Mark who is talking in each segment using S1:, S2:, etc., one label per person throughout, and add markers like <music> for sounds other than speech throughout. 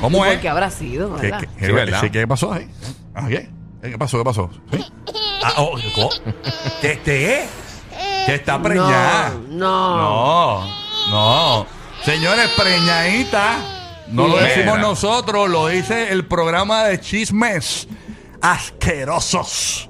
S1: ¿cómo es?
S2: Porque habrá sido,
S1: ¿Qué,
S2: ¿verdad?
S1: qué-
S3: Sí,
S1: sí, ¿verdad?
S3: sí, ¿Qué pasó ahí? Ah, ¿Qué? Eh, ¿Qué pasó? ¿Qué pasó? ¿Sí?
S1: Ah, oh, co- ¿Qué este es? ¿Qué está preñada?
S2: No, no.
S1: No, no. Señores, preñadita. No lo
S3: Mira.
S1: decimos nosotros, lo dice el programa de chismes asquerosos.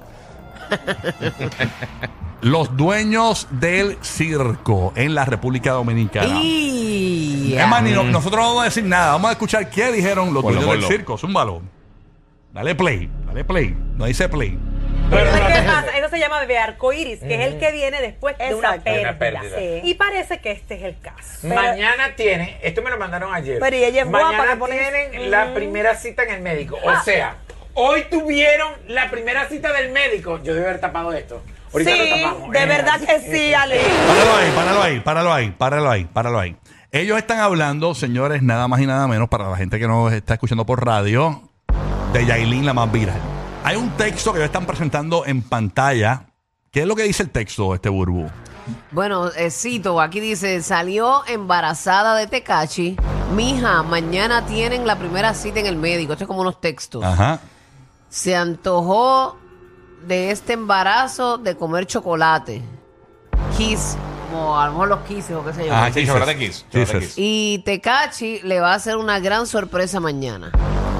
S3: <laughs>
S1: Los dueños del circo en la República Dominicana.
S2: Y-
S1: Es más, ni no- nosotros no vamos a decir nada. Vamos a escuchar qué dijeron los
S3: Ponlo,
S1: dueños del
S3: ponlo.
S1: circo. Zúmbalo. Dale play. Dale play. No dice play.
S4: Pero ¿qué pasa? Eso se llama de arcoiris, que es el que viene después de una
S5: Exacto.
S4: pérdida.
S5: Una pérdida.
S4: Sí. Y parece que este es el caso.
S5: Mañana tiene, esto me lo mandaron ayer.
S4: Pero y ella es guapa,
S5: Mañana
S4: le pones-
S5: tienen la
S4: Mm. Ah.
S5: primera cita en el médico. O sea, hoy tuvieron la primera cita del médico. Yo debo haber tapado esto.
S4: Pero-
S5: Ahorita lo
S4: sí,
S5: tapamos.
S4: de
S5: Eh,
S4: verdad que sí, Ale.
S1: Páralo ahí, páralo ahí, páralo ahí, páralo ahí, páralo ahí. Ellos están hablando, señores, nada más y nada menos, para la gente que nos está escuchando por radio, de Yailin, la más viral. Hay un texto que ellos están presentando en pantalla. ¿Qué es lo que dice el texto, este burbu?
S2: Bueno, eh, cito, aquí dice, salió embarazada de Tecachi. Mija, mañana tienen la primera cita en el médico. Esto es como unos textos.
S1: Ajá.
S2: Se antojó de este embarazo de comer chocolate. Kiss, como a lo mejor los kisses o qué sé yo.
S1: Ah,
S3: sí, chocolate kiss, chocolate
S1: Jesus.
S2: Y Tecachi le va a hacer una gran sorpresa mañana.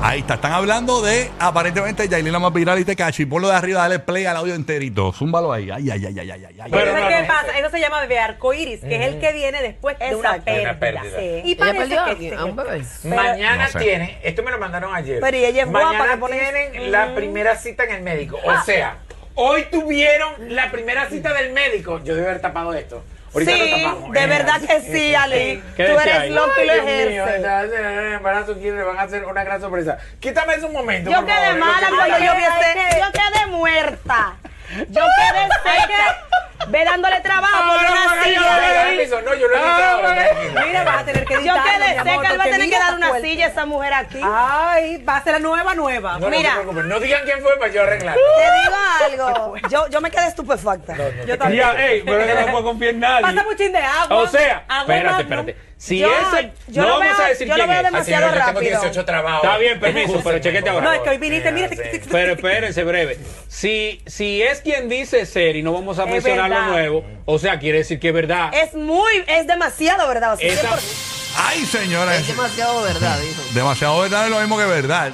S1: Ahí está, están hablando de aparentemente Yailin, la más viral y Tecachi. Ponlo de arriba, dale play al audio enterito. Zúmbalo ahí. Ay, ay, ay, ay, ay, ay, ay.
S5: Pero
S4: ¿Sabes
S5: no,
S4: qué
S5: no,
S4: pasa? Eso se llama de arcoiris, que es el que viene después de una
S5: Exacto. De
S4: pérdida.
S5: una pérdida.
S4: Sí. Y
S2: Ella
S4: parece
S2: perdió a
S4: que
S2: alguien,
S4: este es
S2: a un
S4: el
S2: bebé.
S4: caso. Pero-
S5: Mañana
S3: No sé.
S5: tiene, esto me lo mandaron ayer.
S4: Pero y ella es guapa,
S5: Mañana
S4: le pones-
S5: tienen
S4: Mm.
S5: la primera cita en el médico. O sea, hoy tuvieron la primera cita del médico. Yo debo haber tapado esto. Ahorita lo
S4: Sí,
S5: tapamos.
S4: de
S5: Eh,
S4: verdad que sí, Ale. Tú
S5: ¿Qué decía
S4: eres
S5: ahí?
S4: loco y lo
S5: Ay, Dios mío,
S4: ejerces.
S5: está- eh, embarazo quiere, le van a hacer una gran sorpresa. Quítame eso un momento.
S4: Yo
S5: por favor,
S4: quedé
S5: es lo que
S4: mala
S5: me
S4: cuando
S5: está-
S4: yo vi este. Yo quedé muerta. Yo quedé seca. Ve dándole trabajo
S5: Ah,
S4: por
S5: no,
S4: una
S5: no, no,
S4: silla.
S5: no, no, no, no, no, yo lo he
S4: Ah,
S5: editado,
S4: bueno.
S5: tranquilo.
S4: Mira, vas a tener que
S6: Yo
S4: editarlo,
S6: quedé
S4: mi amor,
S6: seca, él va a
S4: porque
S6: tener que
S4: mira
S6: dar una
S4: fuerte.
S6: silla a esa mujer aquí.
S4: Ay, va a ser la nueva nueva.
S5: No, no se
S4: Mira,
S5: preocupen, no digan quién fue para yo arreglarlo.
S6: Te digo algo. Yo, yo me quedé estupefacta. yo también.
S5: Ya, ey, pero que no puedo confiar en nadie.
S4: pasa muchín de agua.
S5: O sea,
S4: Agua
S5: espérate,
S4: más,
S5: espérate.
S4: ¿no?
S5: Si
S6: Yo-
S5: ese.
S6: yo
S5: no
S6: lo
S5: vamos
S6: veo-
S5: a decir
S6: yo lo
S5: quién
S6: veo
S5: es. Ay,
S6: demasiado
S5: señora, yo
S6: rápido.
S5: tengo 18 trabajos.
S7: Está bien, permiso,
S5: Escúchame,
S7: <laughs> pero chequete
S5: por
S7: ahora.
S4: No,
S5: favor.
S4: es que hoy viniste, mira.
S5: Sí.
S7: Pero espérense breve. Si, si es quien dice ser y no vamos a
S4: Es
S7: mencionar lo
S4: verdad.
S7: nuevo, o sea, quiere decir que es verdad.
S6: Es muy, es demasiado, ¿verdad? O sea,
S7: Esa-
S1: Ay, señores.
S2: Es demasiado verdad, dijo.
S1: Demasiado verdad es lo mismo que verdad.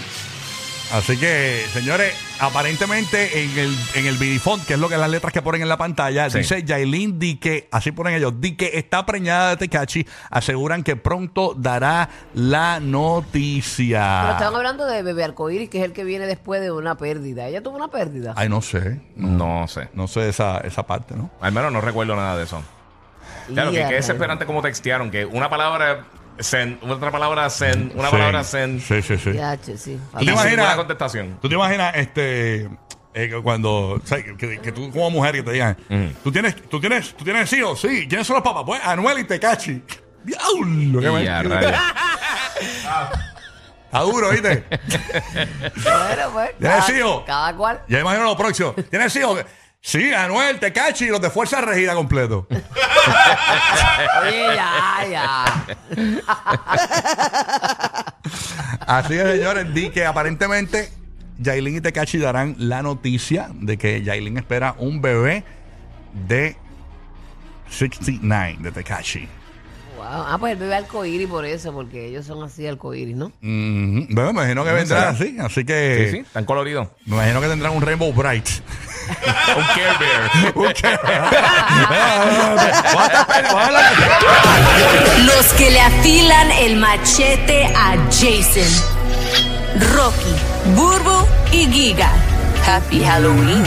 S1: Así que, señores, aparentemente en el, en el bidifont, que es lo que las letras que ponen en la pantalla,
S3: Sí.
S1: dice Yailin Dique, así ponen ellos, Dique está preñada de Tecachi, aseguran que pronto dará la
S3: Ah.
S2: Pero estaban
S1: noticia.
S2: hablando de bebé arcoíris, que es el que viene después de una pérdida. Ella tuvo una pérdida.
S1: Ay, no sé,
S3: No sé.
S1: no sé esa, esa parte, ¿no?
S3: Al menos no recuerdo nada de eso. Claro, que
S2: Ya,
S3: qué desesperante como textearon, que una palabra send, otra palabra send, una
S1: Sí.
S3: palabra send.
S1: Sí, sí, sí.
S2: Ya, che, sí.
S1: ¿Tú te
S3: Y
S1: imaginas?
S3: ninguna contestación.
S1: ¿Tú te imaginas este eh, que cuando o sea, que, que tú como mujer que te digan, tú tienes tú tienes tú tienes hijos? Sí, ¿quiénes son los papás? Pues Anuel y Tecachi. Diablo, qué
S3: Y
S1: mal-
S3: a rayos.
S1: Está duro, ¿viste?
S3: <laughs>
S2: Bueno, pues,
S1: Ya
S2: cada-
S1: decido.
S2: Cada cual.
S1: ya imagino lo próximo. ¿Tienes hijos? Sí, Anuel, Tecachi y los de Fuerza Regida completo.
S2: Oye, ya, ya.
S1: Así es, señores, di que aparentemente Yailin y Tecachi darán la noticia de que Yailin espera un bebé de 69 de Tecachi.
S2: Wow. Ah, pues el bebé arcoíris por eso, porque ellos son así arcoíris, ¿no?
S1: Ujú. Bueno, me imagino que vendrá
S3: será?
S1: así, así que
S3: Sí, sí,
S1: <laughs>
S3: tan colorido.
S1: me imagino que tendrán un Rainbow
S3: <laughs>
S1: Bright.
S3: Un Care Bear.
S1: Voy <laughs>
S3: <laughs>
S1: a estar
S3: pues,
S1: pe- voy a hablar-
S8: Los que le afilan el machete a Jason. Rocky, Burbo y Giga. Happy Halloween.